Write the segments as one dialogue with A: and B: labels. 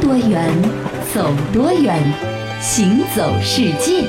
A: 多远，走多远，行走世界。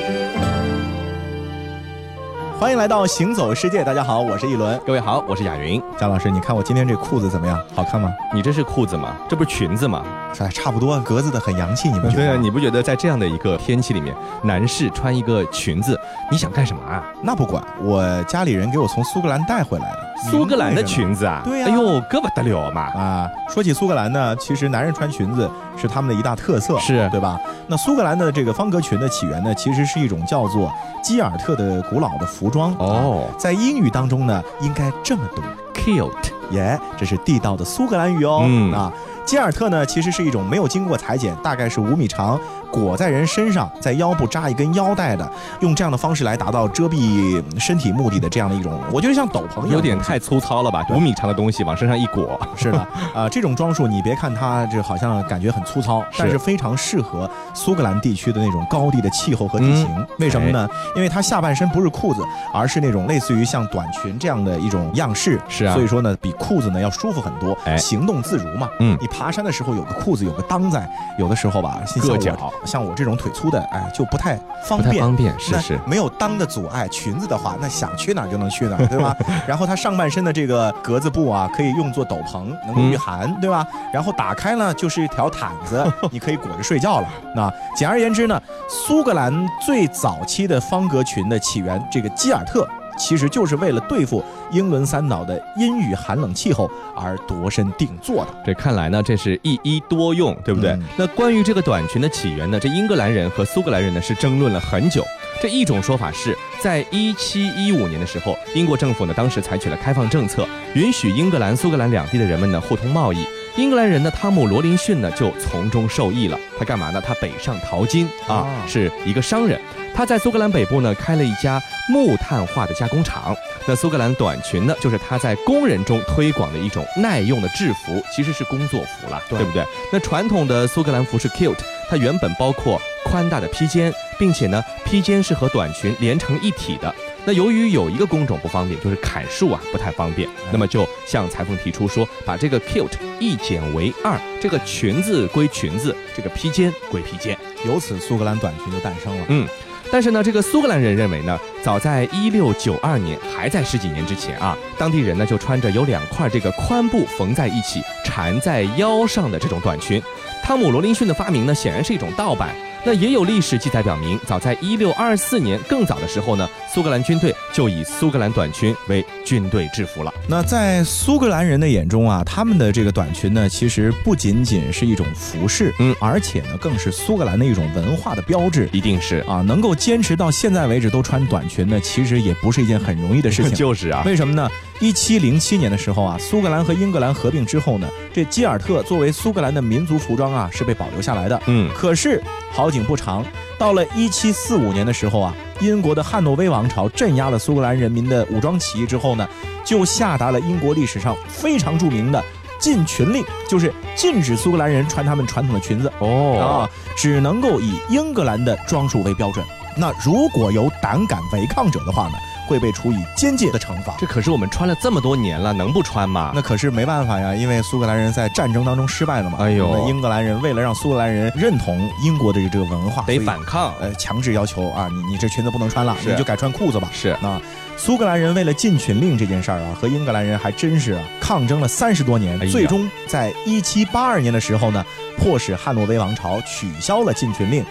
B: 欢迎来到《行走世界》，大家好，我是一轮。
C: 各位好，我是雅云。
B: 贾老师，你看我今天这裤子怎么样？好看吗？
C: 你这是裤子吗？这不是裙子吗？
B: 哎，差不多，格子的很洋气，你不觉
C: 对啊，
B: 得吗？
C: 你不觉得在这样的一个天气里面，男士穿一个裙子，你想干什么啊？
B: 那不管，我家里人给我从苏格兰带回来的
C: 苏格兰的裙子啊？
B: 对啊
C: 哎呦，胳膊得了嘛？
B: 啊。说起苏格兰呢，其实男人穿裙子是他们的一大特色，
C: 是
B: 对吧？那苏格兰的这个方格裙的起源呢，其实是一种叫做基尔特的古老的服装。啊
C: 哦
B: 在英语当中呢，应该这么读。
C: ，kilt，
B: 耶，这是地道的苏格兰语哦。
C: 嗯
B: 啊，基尔特呢，其实是一种没有经过裁剪，大概是五米长，裹在人身上，在腰部扎一根腰带的，用这样的方式来达到遮蔽身体目的的这样的一种，我觉得像斗篷一样
C: 有点太粗糙了吧？
B: 对
C: 五米长的东西往身上一裹，
B: 是的，啊、这种装束你别看它这好像感觉很粗糙，但是
C: 是
B: 非常适合苏格兰地区的那种高地的气候和
C: 嗯
B: 地形。为什么呢？
C: 哎
B: 因为它下半身不是裤子，而是那种类似于像短裙这样的一种样式。
C: 是啊
B: 所以说呢，比裤子呢要舒服很多，
C: 哎
B: 行动自如嘛。
C: 嗯
B: 你爬山的时候有个裤子有个裆在，有的时候吧，像
C: 硌
B: 我
C: 脚，
B: 像我这种腿粗的，哎，就不太方
C: 不太
B: 便。
C: 方便，是
B: 那
C: 是。
B: 没有裆的阻碍，裙子的话，那想去哪儿就能去 哪儿，对吧？然后它上半身的这个格子布啊，可以用作斗篷，能够御寒， 对吧？然后打开呢，就是一条毯子，你可以裹着睡觉了。那简而言之呢，苏格兰最早期的方格裙的起源，这个基尔特。其实就是为了对付英伦三岛的阴雨寒冷气候而度身定做的。
C: 这看来呢，这是一衣多用，对不对？
B: 嗯
C: 那关于这个短裙的起源呢，这英格兰人和苏格兰人呢是争论了很久。这一种说法是在一七一五年的时候，英国政府呢当时采取了开放政策，允许英格兰、苏格兰两地的人们呢互通贸易。英格兰人呢，汤姆·罗林逊呢就从中受益了。他干嘛呢？他北上淘金啊
B: 哦，
C: 是一个商人。他在苏格兰北部呢开了一家木炭化的加工厂。那苏格兰短裙呢，就是他在工人中推广的一种耐用的制服，其实是工作服啦，
B: 对
C: 对不对？那传统的苏格兰服是 kilt，它原本包括宽大的披肩，并且呢，披肩是和短裙连成一体的。那由于有一个工种不方便，就是砍树啊不太方便，那么就向裁缝提出说，把这个 kilt 一减为二，这个裙子归裙子，这个披肩归披肩。
B: 由此，苏格兰短裙就诞生了。
C: 但是呢，这个苏格兰人认为呢，早在一六九二年，还在十几年之前啊，当地人呢就穿着有两块这个宽布缝在一起、缠在腰上的这种短裙。汤姆·罗林逊的发明呢，显然是一种盗版。那也有历史记载表明，早在一六二四年更早的时候呢，苏格兰军队就以苏格兰短裙为军队制服了。
B: 那在苏格兰人的眼中啊，他们的这个短裙呢，其实不仅仅是一种服饰，
C: 嗯
B: 而且呢，更是苏格兰的一种文化的标志。
C: 一定是，
B: 啊，能够坚持到现在为止都穿短裙呢，其实也不是一件很容易的事情。
C: 就是啊，
B: 为什么呢？一七零七年的时候啊，苏格兰和英格兰合并之后呢，这基尔特作为苏格兰的民族服装啊是被保留下来的。
C: 嗯，
B: 可是好景不长，到了一七四五年的时候啊，英国的汉诺威王朝镇压了苏格兰人民的武装起义之后呢，就下达了英国历史上非常著名的禁裙令，就是禁止苏格兰人穿他们传统的裙子啊
C: 哦，，
B: 只能够以英格兰的装束为标准。那如果有胆敢违抗者的话呢，会被处以监禁的惩罚。
C: 这可是我们穿了这么多年了，能不穿吗？
B: 那可是没办法呀，因为苏格兰人在战争当中失败了嘛。
C: 哎呦
B: 那英格兰人为了让苏格兰人认同英国的这个文化，
C: 得
B: 所以
C: 反抗，
B: 呃强制要求啊，你你这裙子不能穿了，
C: 是
B: 你就改穿裤子吧。
C: 是
B: 那苏格兰人为了禁裙令这件事儿啊，和英格兰人还真是啊抗争了三十多年，
C: 哎呀
B: 最终在一七八二年的时候呢，迫使汉诺威王朝取消了禁裙令。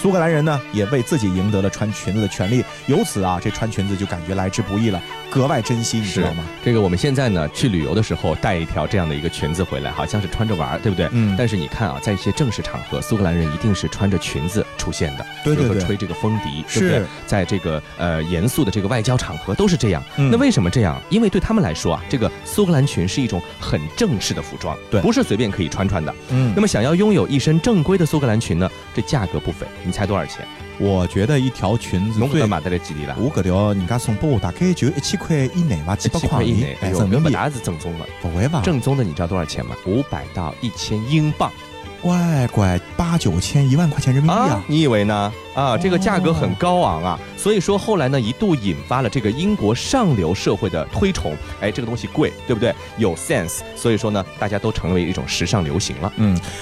B: 苏格兰人呢，也为自己赢得了穿裙子的权利，由此啊，这穿裙子就感觉来之不易了，格外珍惜，你知道吗？
C: 这个我们现在呢去旅游的时候带一条这样的一个裙子回来，好像是穿着玩儿，对不对？
B: 嗯
C: 但是你看啊，在一些正式场合，苏格兰人一定是穿着裙子出现的，
B: 对对
C: 比如
B: 对
C: 说吹这个风笛，
B: 是
C: 对不对？在这个呃严肃的这个外交场合都是这样。
B: 嗯
C: 那为什么这样？因为对他们来说啊，这个苏格兰裙是一种很正式的服装，
B: 对
C: 不是随便可以穿穿的。
B: 嗯
C: 那么想要拥有一身正规的苏格兰裙呢，这价格不菲，你猜多少钱？
B: 我觉得一条裙子
C: 侬
B: 最
C: 搿买得来几钿啦？
B: 我搿条人家送拨我大概就一千块以内吧，几百
C: 七
B: 块
C: 块以内，哎
B: 哎，
C: 呦，
B: 人民
C: 搿
B: 币
C: 哪是正宗的？
B: 不会吧？
C: 正宗的你知道多少钱吗？五百到一千英镑。
B: 乖乖八九千一万块钱人民币
C: 啊
B: 啊！，
C: 你以为呢？啊，这个价格很高昂啊，
B: 哦
C: 所以说后来呢，一度引发了这个英国上流社会的推崇。哎，这个东西贵，对不对？有 sense，所以说呢，大家都成为一种时尚流行 了。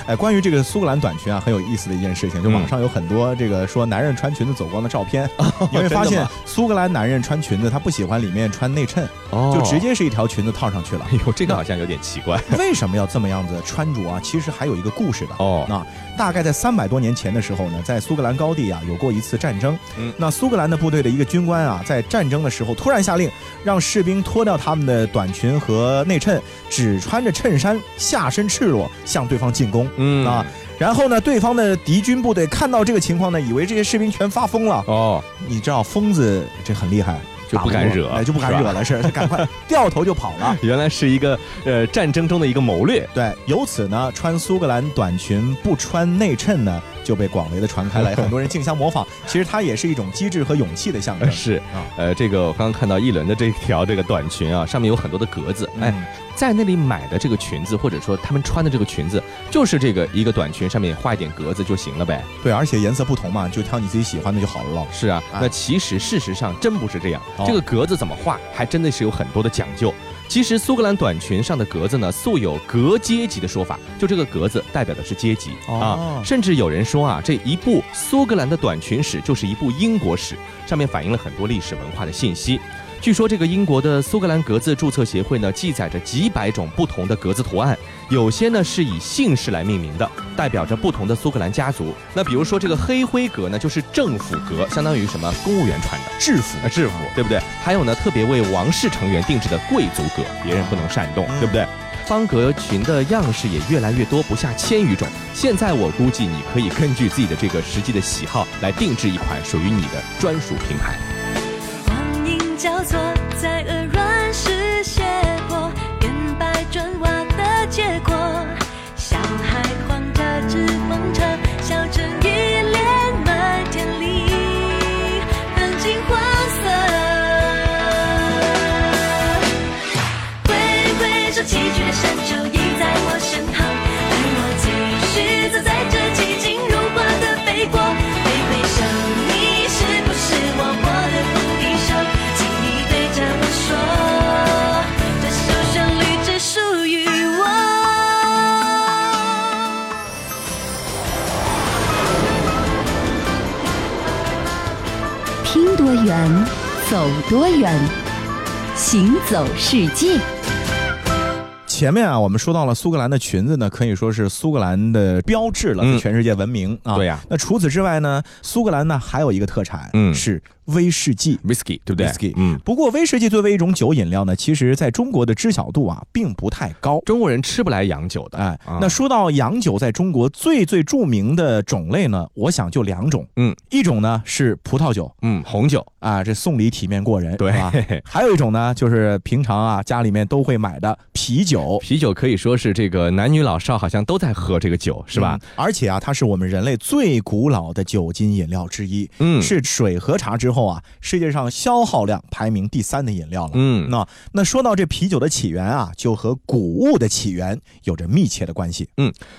B: 哎，关于这个苏格兰短裙啊，很有意思的一件事
C: 嗯
B: 情，就网上有很多这个说男人穿裙子走光的照片，你哎会发
C: 哦真的
B: 现
C: 吗
B: 苏格兰男人穿裙子，他不喜欢里面穿内衬，
C: 哦
B: 就直。接是一条裙子套上去了。
C: 哎呦，这个好像有点奇怪
B: 为什么要这么样子穿着啊？其实还有一个故事的。
C: 哦
B: 那大概在三百多年前的时候呢，在苏格兰高地啊有过一次战争。
C: 嗯
B: 那苏格兰的部队的一个军官啊，在战争的时候突然下令让士兵脱掉他们的短裙和内衬，只穿着衬衫，下身赤裸向对方进攻。
C: 嗯
B: 啊，然后呢，对方的敌军部队看到这个情况呢，以为这些士兵全发疯了。
C: 哦，
B: 你知道疯子这很厉害，
C: 就不敢
B: 打
C: 惹
B: 哎就不敢
C: 是吧
B: 惹了，是他赶快掉头就跑了。
C: 原来是一个呃战争中的一个谋略。
B: 对，由此呢，穿苏格兰短裙不穿内衬呢，就被广为的传开来，很多人竞相模仿。其实它也是一种机智和勇气的象征
C: 呃。 是
B: 啊，
C: 呃，这个我刚刚看到一轮的这条这个短裙啊，上面有很多的格子，哎，
B: 嗯，
C: 在那里买的这个裙子，或者说他们穿的这个裙子，就是这个一个短裙上面画一点格子就行了呗。
B: 对，而且颜色不同嘛，就挑你自己喜欢的就好了咯。
C: 是啊，
B: 啊
C: 那其实事实上真不是这样，
B: 哦
C: 这个格子怎么画，还真的是有很多的讲究。其实苏格兰短裙上的格子呢，素有“格阶级”的说法，就这个格子代表的是阶级、
B: 哦
C: 啊。甚至有人说啊，这一部苏格兰的短裙史就是一部英国史，上面反映了很多历史文化的信息。据说这个英国的苏格兰格子注册协会呢，记载着几百种不同的格子图案，有些呢是以姓氏来命名的，代表着不同的苏格兰家族。那比如说这个黑灰格呢，就是政府格，相当于什么公务员穿的
B: 制服
C: 呃，制服，对不对？还有呢，特别为王室成员定制的贵族格，别人不能擅动，对不对？方格裙的样式也越来越多，不下千余种。现在我估计你可以根据自己的这个实际的喜好来定制一款属于你的专属品牌。
D: 光阴交错，在鹅卵石斜坡，变白砖瓦的结果。小孩晃着纸风车，笑着一脸麦田里的金黄色。挥挥手，崎岖的山丘倚在我身旁，而我继续走在这寂静如画的北国。挥挥手，你是不是握我的红衣手？请你对着我说，这首旋律只属于我。
A: 听多远，走多远，行走世界。
B: 前面啊，我们说到了苏格兰的裙子呢，可以说是苏格兰的标志了，
C: 嗯
B: 在全世界闻名啊。
C: 对呀
B: 那除此之外呢，苏格兰呢还有一个特产，
C: 嗯
B: 是威士忌。
C: Whisky，对不对
B: Whisky
C: 嗯，
B: 不过，威士忌作为一种酒饮料呢，其实在中国的知晓度啊，并不太高。
C: 中国人吃不来洋酒的。
B: 哎
C: 啊，
B: 那说到洋酒在中国最最著名的种类呢，我想就两种，
C: 嗯，
B: 一种呢是葡萄酒
C: 嗯，红酒，
B: 啊，这送礼体面过人，
C: 对
B: 是 吧？还有一种呢，就是平常啊家里面都会买的啤酒，
C: 啤酒可以说是这个男女老少好像都在喝这个酒，是吧
B: 嗯？？而且啊，它是我们人类最古老的酒精饮料之一，
C: 嗯
B: 是水和茶之后啊，世界上消耗量排名第三的饮料了。
C: 嗯，
B: 那那说到这啤酒的起源啊，就和谷物的起源有着密切的关系。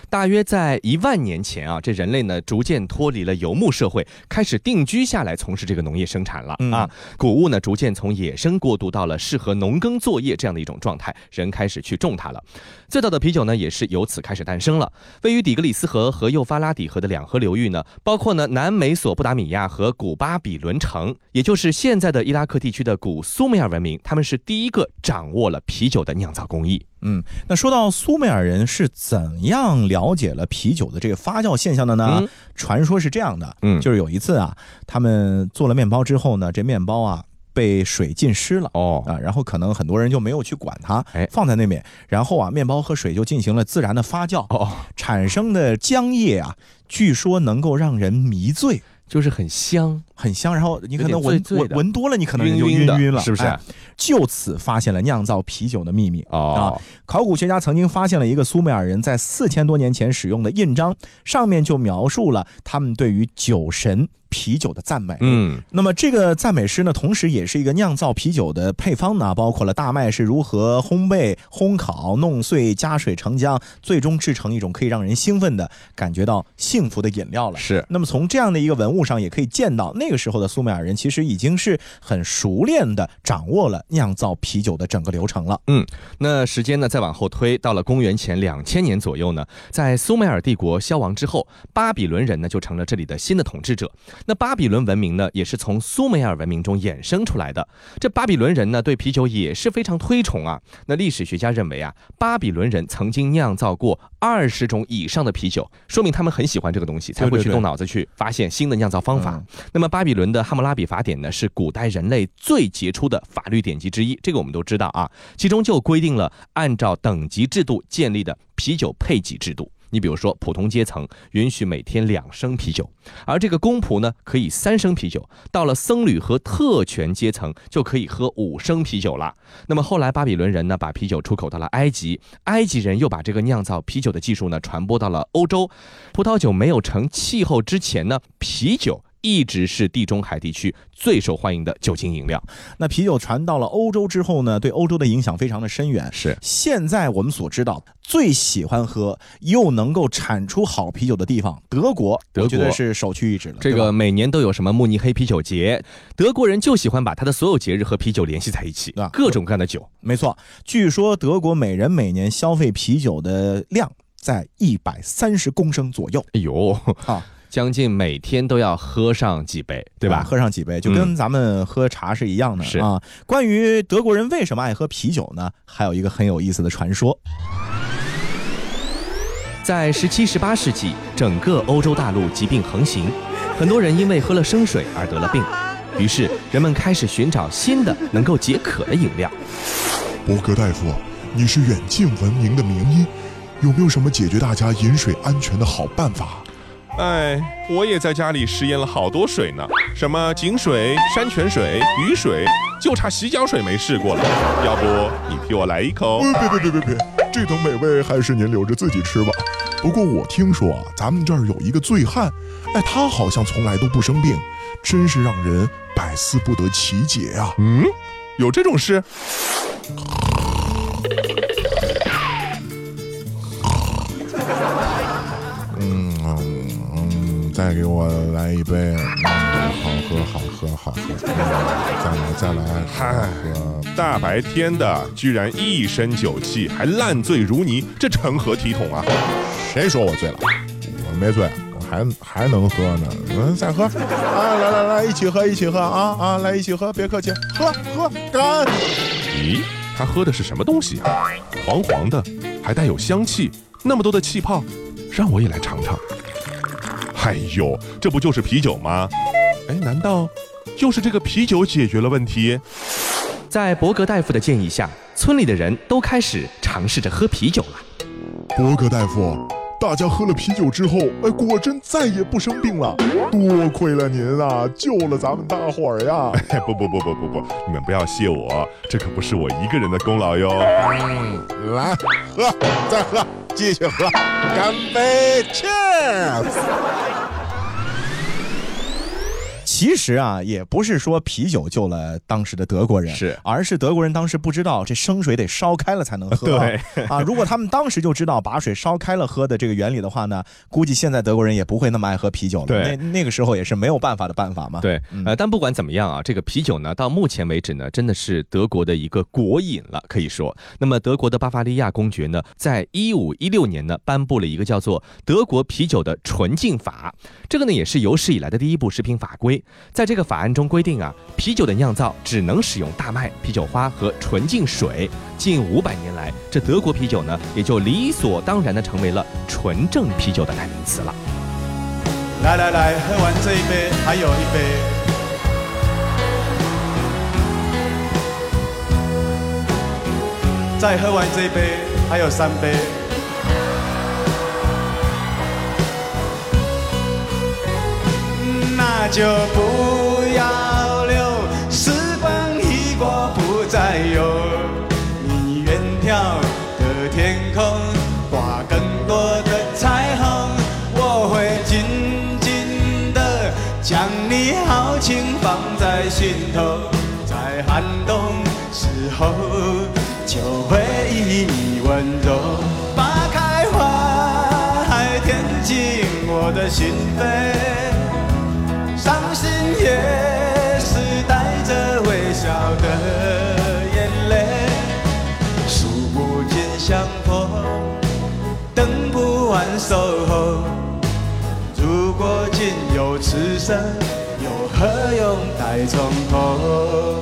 C: 大约在一万年前啊，这人类呢逐渐脱离了游牧社会，开始定居下来从事这个农业生产了、
B: 嗯
C: 啊。谷物呢逐渐从野生过渡到了适合农耕作业这样的一种状态，人开始去种它了。最早的啤酒呢也是由此开始诞生了。位于底格里斯河和幼发拉底河的两河流域呢，包括呢南美索不达米亚和古巴比伦城，也就是现在的伊拉克地区的古苏美尔文明，他们是第一个掌握了啤酒的酿造工艺。
B: 嗯，那说到苏美尔人是怎样了解了啤酒的这个发酵现象的呢？
C: 嗯
B: 传说是这样的，
C: 嗯
B: 就是有一次啊，他们做了面包之后呢，这面包啊被水浸湿了。
C: 哦
B: 啊，然后可能很多人就没有去管它
C: 哎，
B: 放在那边，然后啊，面包和水就进行了自然的发酵，
C: 哦，
B: 产生的浆液啊，据说能够让人迷醉，
C: 就是很香。
B: 很香。然后你可能
C: 有点
B: 闻
C: 醉醉
B: 闻
C: 的
B: 闻多了，你可能人就
C: 晕
B: 晕
C: 晕的
B: 了，
C: 是不是
B: 哎就此发现了酿造啤酒的秘密。
C: 哦，
B: 考古学家曾经发现了一个苏美尔人在四千多年前使用的印章，上面就描述了他们对于酒神啤酒的赞美。
C: 嗯
B: 那么这个赞美诗呢，同时也是一个酿造啤酒的配方呢，包括了大麦是如何烘焙、烘烤、弄碎、加水成浆，最终制成一种可以让人兴奋的感觉到幸福的饮料了。
C: 是
B: 那么从这样的一个文物上，也可以见到那个时候的苏美尔人其实已经是很熟练的掌握了酿造啤酒的整个流程了。
C: 那时间呢，再往后推，到了公元前两千年左右呢，在苏美尔帝国消亡之后，巴比伦人呢就成了这里的新的统治者。那巴比伦文明呢，也是从苏美尔文明中衍生出来的。这巴比伦人呢，对啤酒也是非常推崇啊。那历史学家认为啊，巴比伦人曾经酿造过二十种以上的啤酒，说明他们很喜欢这个东西，才
B: 对
C: 会
B: 对
C: 去
B: 对
C: 动脑子去发现新的酿造方法。
B: 嗯
C: 那么巴比伦的《汉谟拉比法典》呢，是古代人类最杰出的法律典籍之一，这个我们都知道啊。其中就规定了按照等级制度建立的啤酒配给制度。你比如说，普通阶层允许每天两升啤酒，而这个公仆呢可以三升啤酒；到了僧侣和特权阶层就可以喝五升啤酒了。那么后来巴比伦人呢把啤酒出口到了埃及，埃及人又把这个酿造啤酒的技术呢传播到了欧洲。葡萄酒没有成气候之前呢，啤酒一直是地中海地区最受欢迎的酒精饮料。
B: 那啤酒传到了欧洲之后呢，对欧洲的影响非常的深远。
C: 是
B: 现在我们所知道最喜欢喝又能够产出好啤酒的地方，德国，
C: 德国
B: 我觉得是首屈一指了。
C: 这
B: 对
C: 个
B: 吧
C: 每年都有什么慕尼黑啤酒节，德国人就喜欢把他的所有节日和啤酒联系在一起
B: 对吧，
C: 各种各样的酒。
B: 没错，据说德国每人每年消费啤酒的量在一百三十公升左右
C: 哎呦，
B: 啊，
C: 将近每天都要喝上几杯，对
B: 啊
C: 吧？嗯
B: 喝上几杯就跟咱们喝茶是一样的、
C: 是
B: 啊。关于德国人为什么爱喝啤酒呢？还有一个很有意思的传说。
C: 在十七、十八世纪，整个欧洲大陆疾病横行，很多人因为喝了生水而得了病，于是人们开始寻找新的能够解渴的饮料。
E: 伯格大夫，你是远近闻名的名医，有没有什么解决大家饮水安全的好办法？
F: 哎，我也在家里实验了好多水呢，什么井水、山泉水、雨水，就差洗脚水没试过了。要不你替我来一口？
E: 呃别别别别别，这等美味还是您留着自己吃吧。不过我听说啊，咱们这儿有一个醉汉，哎，他好像从来都不生病，真是让人百思不得其解啊。
F: 嗯，有这种事？
E: 嗯，再给我来一杯，嗯好喝好喝好喝，再来再来，
F: 嗨，大白天的，居然一身酒气，还烂醉如泥，这成何体统啊！
E: 谁说我醉了？我没醉，我还还能喝呢。嗯，再
F: 哎
E: 喝啊！来来来，一起喝，一起喝啊啊！来一起喝，别客气，喝喝干！
F: 咦，他喝的是什么东西啊？黄黄的，还带有香气，那么多的气泡，让我也来尝尝。哎呦，这不就是啤酒吗？哎，难道就是这个啤酒解决了问题？
C: 在伯格大夫的建议下，村里的人都开始尝试着喝啤酒了。
E: 伯格大夫，大家喝了啤酒之后，哎，果真再也不生病了，多亏了您啊，救了咱们大伙儿呀！
F: 哎， 不不不不不不，你们不要谢我，这可不是我一个人的功劳哟。
E: 嗯来喝，再喝，继续喝，干杯！Cheers！
B: 其实啊，也不是说啤酒救了当时的德国人，
C: 是
B: 而是德国人当时不知道这生水得烧开了才能 喝、啊。对啊，如果他们当时就知道把水烧开了喝的这个原理的话呢，估计现在德国人也不会那么爱喝啤酒了。
C: 对
B: 那那个时候也是没有办法的办法嘛。，
C: 对，呃，但不管怎么样啊，这个啤酒呢，到目前为止呢，真的是德国的一个国饮了，可以说。那么，德国的巴伐利亚公爵呢，在一五一六年呢，颁布了一个叫做《德国啤酒的纯净法》，这个呢，也是有史以来的第一部食品法规。在这个法案中规定啊，啤酒的酿造只能使用大麦、啤酒花和纯净水。近五百年来，这德国啤酒呢，也就理所当然的成为了纯正啤酒的代名词了。
G: 来来来，喝完这一杯，还有一杯。再喝完这一杯，还有三杯。那就不要留，时光已过不再有。你远眺的天空，挂更多的彩虹，我会紧紧地将情放在心头，在寒冬时候就回忆你温柔。把开怀填进我的心扉，伤心也是带着微笑的眼泪，数不尽相逢，等不完守候。如果仅有此生，又何用待从头？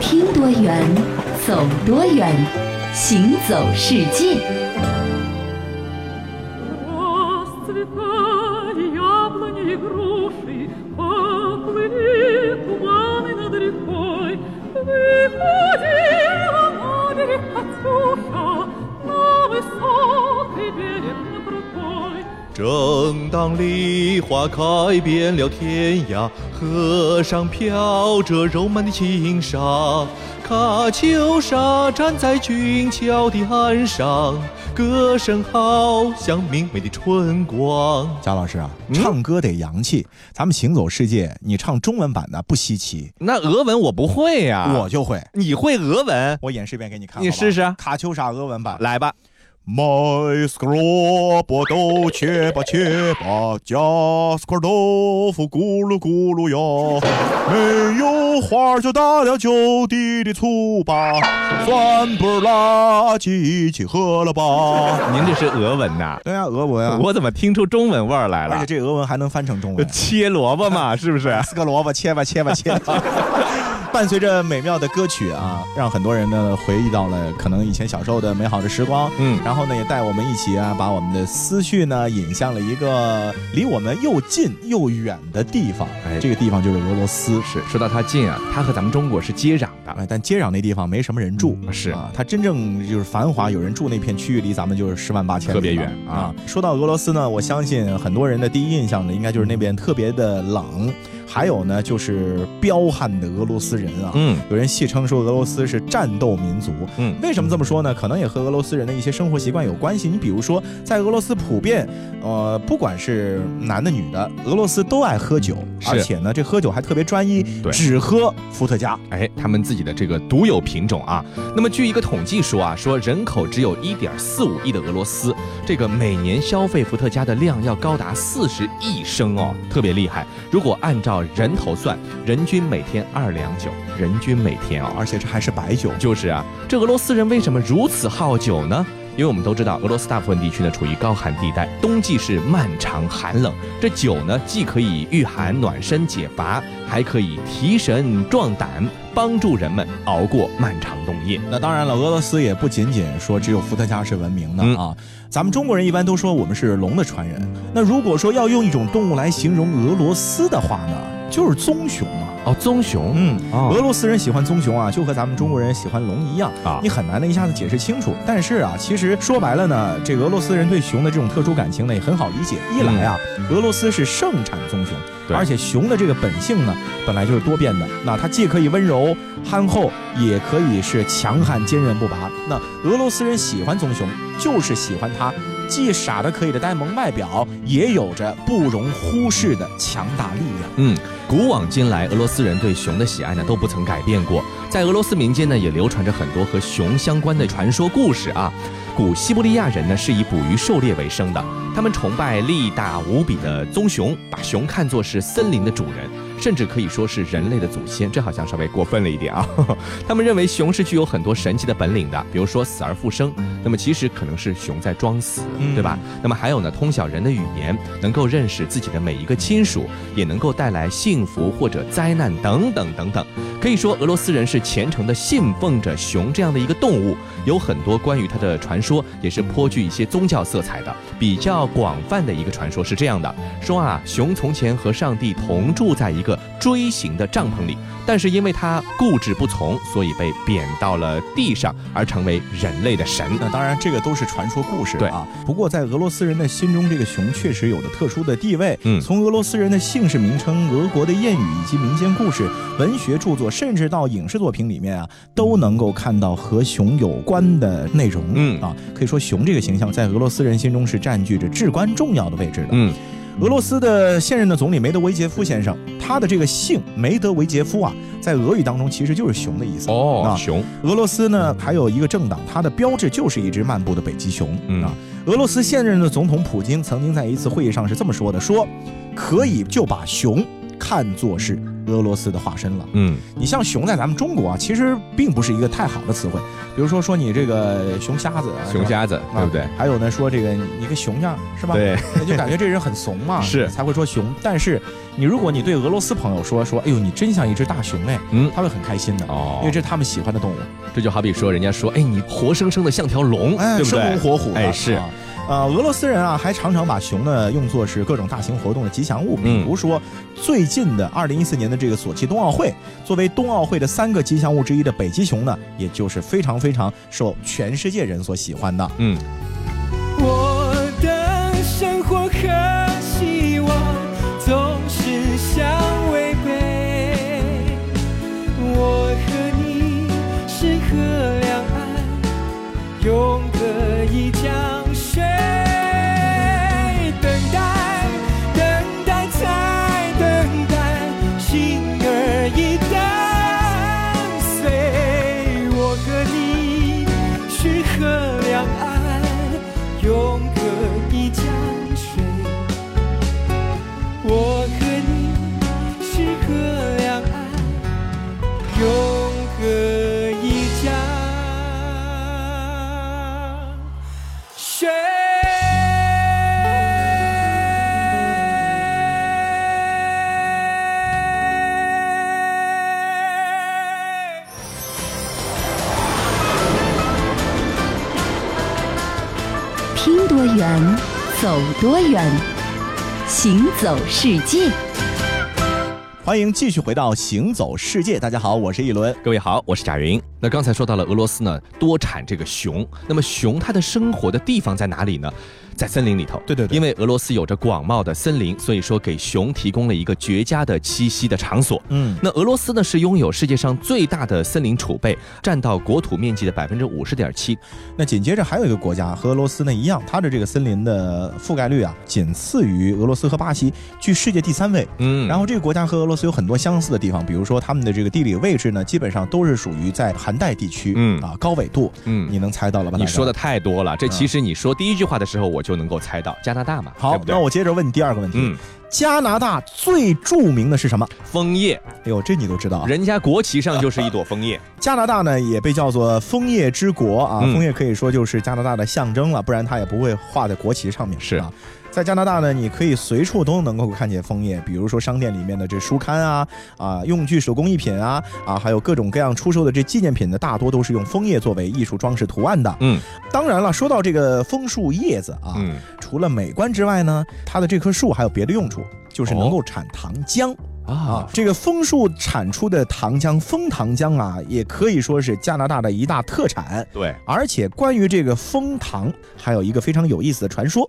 A: 听多远，走多远，行走世界。
H: Расцветали яблони и груши, поплыли туманы над рекой. Выходила на берег Катюша, на высокий берег на крутой.
C: 正当梨花开遍了天涯，河上飘着柔曼的轻纱。喀秋莎站在俊俏的岸上，歌声好像明媚的春光。
B: 贾老师啊，
C: 嗯
B: 唱歌得洋气，咱们行走世界，你唱中文版的不稀奇，
C: 那俄文我不会呀、
B: 我就会。
C: 你会俄文？
B: 我演示一遍给你看，
C: 啊你
B: 好吧
C: 试啊试
B: 卡秋莎俄文版。
C: 来吧，
B: 买 s k r o b 豆切吧切吧，加 s k r 豆腐咕噜咕噜呀，没有花就打了就地的醋吧，酸不辣鸡一起喝了吧。
C: 您这是俄文呐、
B: 对啊，俄文 啊，
C: 我怎么听出中文味儿来
B: 而且
C: 了？。
B: 这俄文还能翻成中文
C: 切萝卜嘛，是不是？
B: 四个萝卜切吧切吧切吧。 伴随着美妙的歌曲啊，让很多人呢回忆到了可能以前小时候的美好的时光。
C: 嗯
B: 然后呢，也带我们一起啊，把我们的思绪呢引向了一个离我们又近又远的地方。
C: 哎
B: 这个地方就是俄罗斯。
C: 是，说到它近啊，它和咱们中国是接壤的。
B: 哎，但接壤那地方没什么人住，
C: 嗯是
B: 啊，它真正就是繁华，有人住那片区域离咱们就是十万八千里了，
C: 特别远啊
B: 啊。说到俄罗斯呢，我相信很多人的第一印象呢，应该就是那边特别的冷，还有呢就是彪悍的俄罗斯人啊。
C: 嗯，
B: 有人戏称说俄罗斯是战斗民族，
C: 嗯
B: 为什么这么说呢？可能也和俄罗斯人的一些生活习惯有关系。你比如说，在俄罗斯普遍，呃，不管是男的女的，俄罗斯都爱喝酒，
C: 是
B: 而且呢，这喝酒还特别专一，
C: 对
B: 只喝伏特加。
C: 哎，他们自己的这个独有品种啊。那么据一个统计说啊，说人口只有1.45亿的俄罗斯，这个每年消费伏特加的量要高达40亿升哦，特别厉害。如果按照人头算，人均每天二两酒，人均每天哦。
B: 而且这还是白酒。
C: 就是啊，这俄罗斯人为什么如此好酒呢？因为我们都知道，俄罗斯大部分地区呢处于高寒地带，冬季是漫长寒冷。这酒呢，既可以御寒暖身解乏，还可以提神壮胆，帮助人们熬过漫长冬夜。
B: 那当然了，俄罗斯也不仅仅说只有伏特加是闻名的
C: 嗯
B: 啊。咱们中国人一般都说我们是龙的传人，那如果说要用一种动物来形容俄罗斯的话呢，就是棕熊啊。
C: 哦，棕熊，
B: 嗯，
C: 哦
B: 俄罗斯人喜欢棕熊啊，就和咱们中国人喜欢龙一样
C: 啊
B: 你很难的一下子解释清楚。但是啊，其实说白了呢，这俄罗斯人对熊的这种特殊感情呢也很好理解。一来啊，俄罗斯是盛产棕熊，
C: 嗯对
B: 而且熊的这个本性呢本来就是多变的，那它既可以温柔憨厚，也可以是强悍坚韧不拔。那俄罗斯人喜欢棕熊，就是喜欢它。既傻的可以的呆萌外表，也有着不容忽视的强大力量。
C: 嗯，古往今来，俄罗斯人对熊的喜爱呢都不曾改变过。在俄罗斯民间呢，也流传着很多和熊相关的传说故事啊。古西伯利亚人呢是以捕鱼狩猎为生的，他们崇拜力大无比的棕熊，把熊看作是森林的主人，甚至可以说是人类的祖先。这好像稍微过分了一点啊。他们认为熊是具有很多神奇的本领的，比如说死而复生。那么其实可能是熊在装死，对吧？那么还有呢，通晓人的语言，能够认识自己的每一个亲属，也能够带来幸福或者灾难等等等等。可以说，俄罗斯人是虔诚的信奉着熊这样的一个动物，有很多关于它的传说，也是颇具一些宗教色彩的。比较广泛的一个传说是这样的：说啊，熊从前和上帝同住在一个。个锥形的帐篷里，但是因为他固执不从，所以被贬到了地上，而成为人类的神。
B: 那当然，这个都是传说故事
C: 对
B: 啊。不过，在俄罗斯人的心中，这个熊确实有着特殊的地位。
C: 嗯
B: 从俄罗斯人的姓氏名称、俄国的谚语以及民间故事、文学著作，甚至到影视作品里面啊，都能够看到和熊有关的内容。
C: 嗯
B: 啊，可以说熊这个形象在俄罗斯人心中是占据着至关重要的位置的。
C: 嗯，
B: 俄罗斯的现任的总理梅德韦杰夫先生，他的这个姓梅德韦杰夫啊，在俄语当中其实就是熊的意思。
C: 哦
B: 啊，
C: 熊，
B: 俄罗斯呢还有一个政党，它的标志就是一只漫步的北极熊、
C: 嗯
B: 啊。俄罗斯现任的总统普京曾经在一次会议上是这么说的：说可以就把熊看作是俄罗斯的化身了。
C: 嗯
B: 你像熊在咱们中国啊，其实并不是一个太好的词汇，比如说说你这个熊瞎子，
C: 熊
B: 是吧。
C: 瞎子，对不对
B: 啊？？还有呢，说这个你个熊样是吧？，
C: 对，
B: 就感觉这人很怂嘛，
C: 是
B: 才会说熊。但是你如果你对俄罗斯朋友说说，哎呦，你真像一只大熊哎，
C: 嗯
B: 他会很开心的，
C: 哦
B: 因为这是他们喜欢的动物。
C: 这就好比说人家说，哎，你活生生的像条龙，
B: 哎，
C: 对不对？
B: 生龙活虎的，
C: 哎，是
B: 啊。呃，俄罗斯人啊，还常常把熊呢用作是各种大型活动的吉祥物，比
C: 嗯
B: 如说最近的二零一四年的这个索契冬奥会，作为冬奥会的三个吉祥物之一的北极熊呢，也就是非常非常受全世界人所喜欢的。
C: 嗯，
I: 我的生活和希望总是相违背。我和你是河两岸，永隔一江水。等待，等待，再等待，心儿已淡碎。我和你是河两岸，永隔一江水。我和你是河两岸。永隔一江水。
A: 拼多远，走多远，行走世界。
B: 欢迎继续回到《行走世界》，大家好，我是一轮。
C: 各位好，我是贾云。那刚才说到了俄罗斯呢，多产这个熊。那么熊它的生活的地方在哪里呢？在森林里头。
B: 对对对
C: 因为俄罗斯有着广袤的森林，所以说给熊提供了一个绝佳的栖息的场所。
B: 嗯，
C: 那俄罗斯呢是拥有世界上最大的森林储备，占到国土面积的百分之五十点七。
B: 那紧接着还有一个国家和俄罗斯呢一样，它的这个森林的覆盖率啊，仅次于俄罗斯和巴西，居世界第三位。
C: 嗯
B: 然后这个国家和俄罗斯有很多相似的地方，比如说他们的这个地理位置呢，基本上都是属于在寒带地区，
C: 嗯
B: 啊，高纬度，
C: 嗯
B: 你能猜到了吧？
C: 你
B: 大家
C: 说的太多了，这其实你说第一句话的时候我就能够猜到加拿大嘛，
B: 嗯好
C: 对，不对
B: 那我接着问你第二个问题，
C: 嗯，
B: 加拿大最著名的是什么？
C: 枫叶，
B: 哎呦，这你都知道啊。
C: 人家国旗上就是一朵枫叶，
B: 加拿大呢也被叫做枫叶之国啊，
C: 嗯
B: 枫叶可以说就是加拿大的象征了，不然它也不会画在国旗上面。
C: 是
B: 啊，在加拿大呢，你可以随处都能够看见枫叶，比如说商店里面的这书刊啊、啊用具手工艺品啊、啊还有各种各样出售的这纪念品呢，大多都是用枫叶作为艺术装饰图案的。
C: 嗯
B: 当然了，说到这个枫树叶子啊，
C: 嗯，
B: 除了美观之外呢，它的这棵树还有别的用处，就是
C: 哦
B: 能够产糖浆。
C: 嗯
B: 啊，这个枫树产出的糖浆，枫糖浆啊，也可以说是加拿大的一大特产。
C: 对，
B: 而且关于这个枫糖，还有一个非常有意思的传说，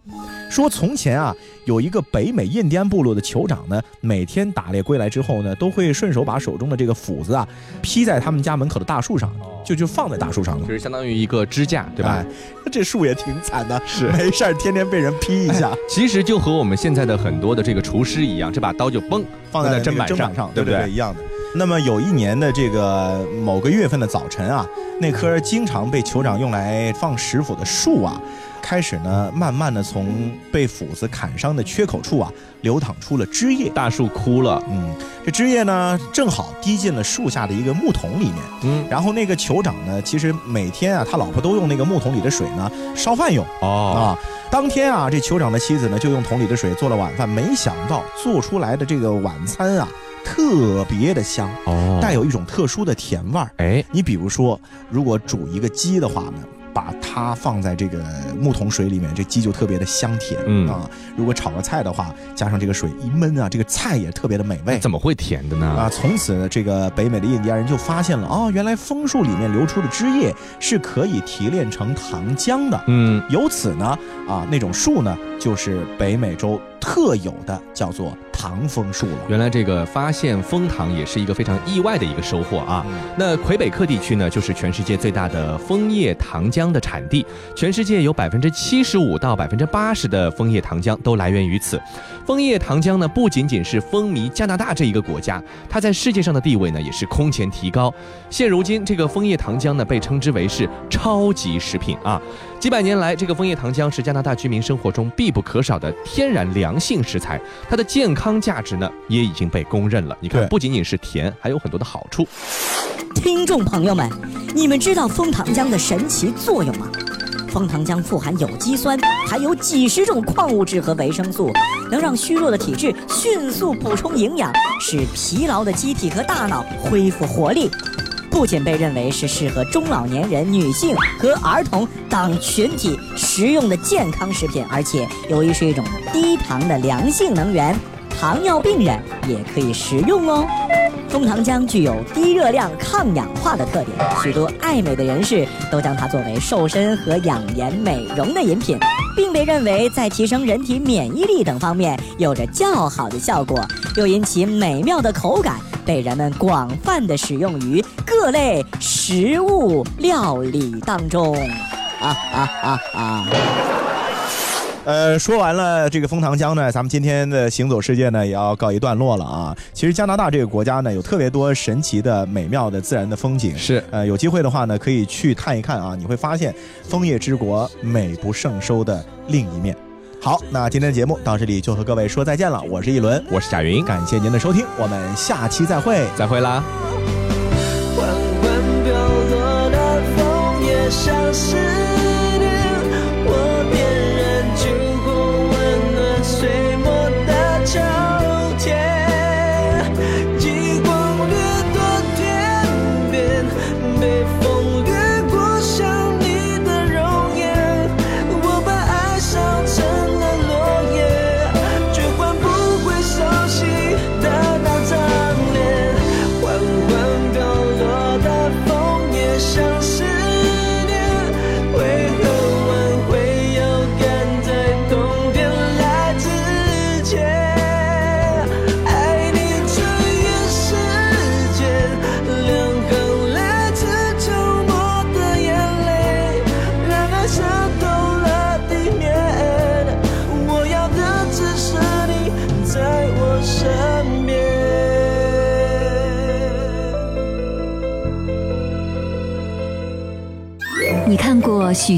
B: 说从前啊，有一个北美印第安部落的酋长呢，每天打猎归来之后呢，都会顺手把手中的这个斧子啊，披在他们家门口的大树上，就就放在大树上了
C: 就。是相当于一个支架，哦对吧？哎
B: 哎，这树也挺惨的，是没事儿，天天被人劈一下。
C: 其实就和我们现在的很多的这个厨师一样，这把刀就嘣
B: 放在
C: 在
B: 那个
C: 砧板
B: 砧板上，
C: 对不
B: 对一样的。那么有一年的这个某个月份的早晨啊，那棵经常被酋长用来放石斧的树啊，开始呢慢慢的从被斧子砍伤的缺口处啊流淌出了汁液。
C: 大树枯了，
B: 嗯，这汁液呢正好滴进了树下的一个木桶里面。
C: 嗯，
B: 然后那个酋长呢，其实每天啊，他老婆都用那个木桶里的水呢烧饭用。
C: 哦，
B: 啊，当天啊，这酋长的妻子呢就用桶里的水做了晚饭，没想到做出来的这个晚餐啊，特别的香，
C: 哦
B: 带有一种特殊的甜味儿。
C: 哎，
B: 你比如说，如果煮一个鸡的话呢，把它放在这个木桶水里面，这鸡就特别的香甜、
C: 嗯
B: 啊。如果炒个菜的话，加上这个水一焖啊，这个菜也特别的美 味。
C: 怎么会甜的呢？
B: 啊，从此这个北美的印第安人就发现了，哦，原来枫树里面流出的汁液是可以提炼成糖浆的。
C: 嗯，
B: 由此呢，啊，那种树呢，就是北美洲特有的，叫做糖枫树了。
C: 原来这个发现枫糖也是一个非常意外的一个收获啊。
B: 嗯
C: 那魁北克地区呢，就是全世界最大的枫叶糖浆的产地，全世界有百分之七十五到百分之八十的枫叶糖浆都来源于此。枫叶糖浆呢，不仅仅是风靡加拿大这一个国家，它在世界上的地位呢也是空前提高。现如今，这个枫叶糖浆呢被称之为是超级食品啊。几百年来，这个枫叶糖浆是加拿大居民生活中必不可少的天然良性食材，它的健康价值呢也已经被公认了。你看，
B: 对
C: 不仅仅是甜，还有很多的好处。
J: 听众朋友们，你们知道枫糖浆的神奇作用吗？枫糖浆富含有机酸，还有几十种矿物质和维生素，能让虚弱的体质迅速补充营养，使疲劳的机体和大脑恢复活力。不仅被认为是适合中老年人、女性和儿童等群体食用的健康食品，而且由于是一种低糖的良性能源，糖尿病人也可以食用哦。枫糖浆具有低热量、抗氧化的特点，许多爱美的人士都将它作为瘦身和养颜美容的饮品，并被认为在提升人体免疫力等方面有着较好的效果，又因其美妙的口感被人们广泛的使用于各类食物料理当中。 啊啊啊啊！
B: 呃，说完了这个枫糖浆呢，咱们今天的行走世界呢也要告一段落了啊。其实加拿大这个国家呢，有特别多神奇的、美妙的自然的风景。
C: 是
B: 呃，有机会的话呢，可以去看一看啊，你会发现枫叶之国美不胜收的另一面。好，那今天的节目到这里就和各位说再见了，我是一轮，
C: 我是贾云，
B: 感谢您的收听，我们下期再会。
C: 再会啦。
I: 缓缓飘落的枫叶像思念，我点燃烛火，温暖水墨的秋天。极光掠过天边，被风掠过想你的容颜，我把爱烧成了落叶，却换不回熟悉的那张脸。缓缓飘落的枫叶像思念，为何挽回要赶在冬天来之前？爱你穿越时间，两行来自沉默的眼泪，让爱渗透了地面。我要的只是你在我身边。
A: 你看过许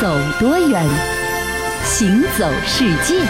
A: 走多远，行走世界。